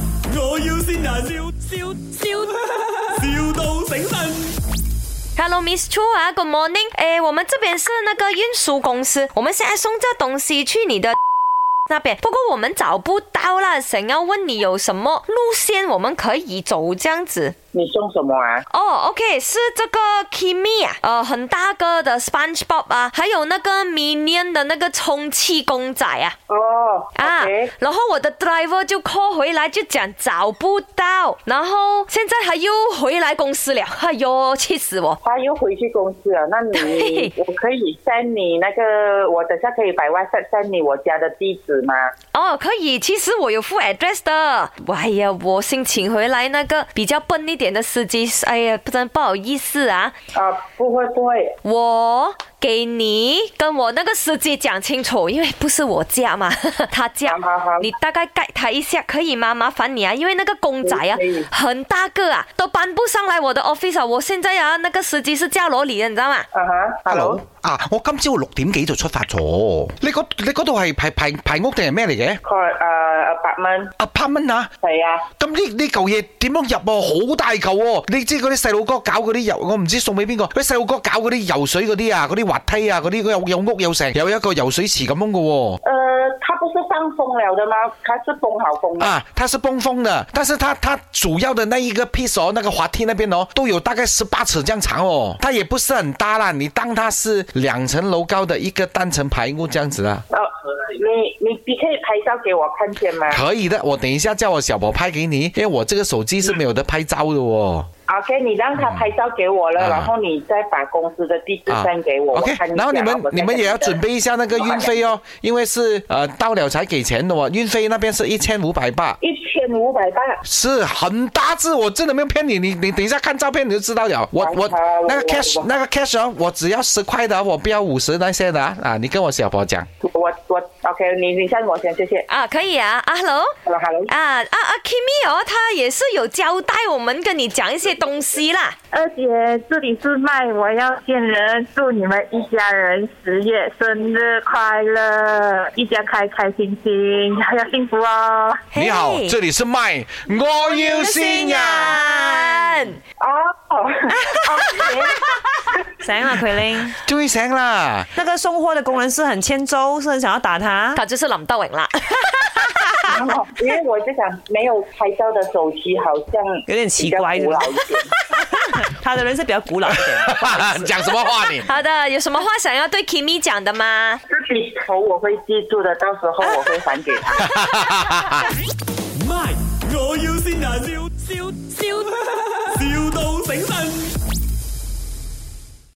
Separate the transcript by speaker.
Speaker 1: 要先人，笑笑笑，,笑到醒神。
Speaker 2: Hello Miss Chu 啊，Good morning。诶，我们这边是那个运输公司，我们现在送这东西去你的 那边，不过我们找不到啦，想要问你有什么路线我们可以走这样子。
Speaker 3: 你送什么啊？
Speaker 2: 哦、o k 是这个 Kimi 啊，呃，很大个的 SpongeBob 啊，还有那个 Minion 的那个充气公仔啊。
Speaker 3: 哦
Speaker 2: 啊
Speaker 3: OK，
Speaker 2: 然后我的 driver 就 call 回来，就讲找不到，然后现在他又回来公司了，哎呦，气死我！
Speaker 3: 他又回去公司了。 那你我可以 send 你那个，我等下可以摆 WhatsApp send 你我家的地址吗？
Speaker 2: 哦，可以，其实我有付 address 的。哎呀，我申请回来那个比较笨一点的司机，哎呀，真不好意思啊，
Speaker 3: 啊，不会不会，
Speaker 2: 我给你跟我那个司机讲清楚，因为不是我驾嘛， 他驾
Speaker 3: 好好好，
Speaker 2: 你大概盖他一下可以吗？麻烦你啊，因为那个公仔啊
Speaker 3: 可以可以
Speaker 2: 很大个啊，都搬不上来我的 office 啊。我现在啊，那个司机是驾罗里的，你知道吗？
Speaker 3: 啊哈，hello，
Speaker 4: 啊，我今朝六點幾就出發咗。你嗰你嗰度係排排排屋定係咩嚟嘅
Speaker 3: c a 呃 apartment，
Speaker 4: 啊 p a r 啊？
Speaker 3: 係啊，
Speaker 4: 咁呢呢嚿嘢點樣入啊？好大嚿喎、你知嗰啲細路哥搞嗰啲游，我唔知送俾邊個。嗰啲細路哥搞嗰啲游水嗰啲啊，嗰啲滑梯啊，嗰啲有有屋有成，有一個游水池咁樣嘅喎、
Speaker 3: 呃，它不是放風了的嗎？它是封好封的。
Speaker 4: 啊，它是崩风的，但是它它主要的那一个 piece 哦，那个滑梯那边哦，都有大概十八尺这样长哦，它也不是很大啦，你当它是两层楼高的一个单层排屋这样子啦，
Speaker 3: 呃，你你你可以拍照给我看见吗
Speaker 4: 可以的，我等一下叫我小宝拍给你，因为我这个手机是没有得拍照的哦。
Speaker 3: ？OK，你让他拍照给我了，
Speaker 4: 啊
Speaker 3: 然后你再把公司的地址
Speaker 4: 啊
Speaker 3: send 给我，我
Speaker 4: OK，
Speaker 3: 看一下
Speaker 4: 然后你们
Speaker 3: 我再
Speaker 4: 你们也要
Speaker 3: 跟
Speaker 4: 准备一下那个运费哦，因为是呃到了才给钱的哦，运费那边是一千五百八，
Speaker 3: 一千五百八。
Speaker 4: 是很大字，我真的没有骗你，你你等一下看照片你就知道了。我我
Speaker 3: 好好
Speaker 4: 那个
Speaker 3: 我
Speaker 4: cash
Speaker 3: 我
Speaker 4: 那个 cash 哦，我只要十块的哦，我不要五十那些的啊啊！你跟我小婆讲，
Speaker 3: 我我 OK，你你先我先，谢谢。
Speaker 2: 啊，可以啊，啊，hello。
Speaker 3: Hello Hello，
Speaker 2: 啊啊啊，Kimi 哦，他也是有交代我们跟你讲一些东西啦。
Speaker 5: 二姐，这里是麦，我要见人，祝你们一家人十月生日快乐，一家开开心心，还要幸福哦。
Speaker 4: 你好，
Speaker 2: 嘿
Speaker 4: 这里是麦，我要先呀。
Speaker 2: 人，
Speaker 3: 哦，
Speaker 6: 醒啦佢拎，
Speaker 4: 终于醒 啦！
Speaker 6: 那个送货的工人是很欠揍，是很想要打他。
Speaker 2: 他就是林德荣啦。
Speaker 3: 因为我就想没有拍照的手机好像
Speaker 6: 有点奇怪
Speaker 3: 比较古老一点。
Speaker 6: 他的人是比较古老一点。
Speaker 4: 讲什么话你？
Speaker 2: 好的，有什么话想要对 Kimi 讲的吗？
Speaker 3: 这笔头我会记住的，到时候我会还给他。
Speaker 1: My，我要先人，笑笑笑，